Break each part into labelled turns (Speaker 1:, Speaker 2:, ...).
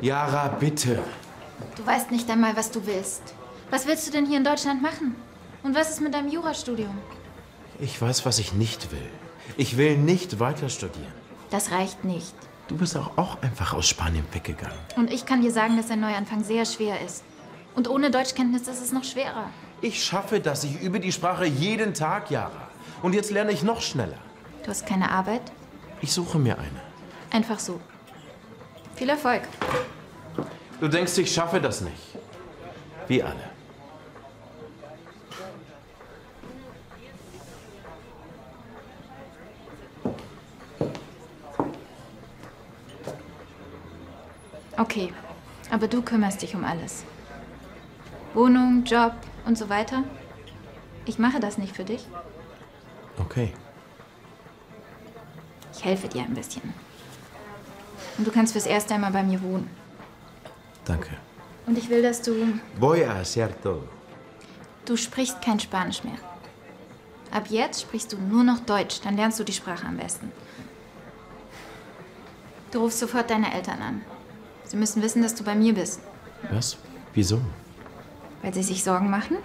Speaker 1: Jara, bitte.
Speaker 2: Du weißt nicht einmal, was du willst. Was willst du denn hier in Deutschland machen? Und was ist mit deinem Jurastudium?
Speaker 1: Ich weiß, was ich nicht will. Ich will nicht weiter studieren.
Speaker 2: Das reicht nicht.
Speaker 1: Du bist auch, auch einfach aus Spanien weggegangen.
Speaker 2: Und ich kann dir sagen, dass ein Neuanfang sehr schwer ist. Und ohne Deutschkenntnis ist es noch schwerer.
Speaker 1: Ich schaffe das. Ich übe die Sprache jeden Tag, Jara. Und jetzt lerne ich noch schneller.
Speaker 2: Du hast keine Arbeit?
Speaker 1: Ich suche mir eine.
Speaker 2: Einfach so. Viel Erfolg.
Speaker 1: Du denkst, ich schaffe das nicht. Wie alle.
Speaker 2: Okay, aber du kümmerst dich um alles. Wohnung, Job und so weiter. Ich mache das nicht für dich.
Speaker 1: Okay.
Speaker 2: Ich helfe dir ein bisschen. Und du kannst fürs erste einmal bei mir wohnen.
Speaker 1: Danke.
Speaker 2: Und ich will, dass du...
Speaker 1: Voy a hacer todo.
Speaker 2: Du sprichst kein Spanisch mehr. Ab jetzt sprichst du nur noch Deutsch, dann lernst du die Sprache am besten. Du rufst sofort deine Eltern an. Sie müssen wissen, dass du bei mir bist,
Speaker 1: Was? Wieso?
Speaker 2: weil sie sich Sorgen machen.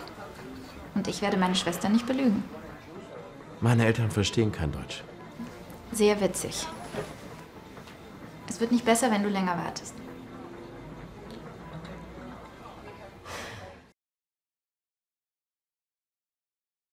Speaker 2: Und ich werde meine Schwester nicht belügen.
Speaker 1: Meine Eltern verstehen kein Deutsch.
Speaker 2: Sehr witzig. Es wird nicht besser, wenn du länger wartest.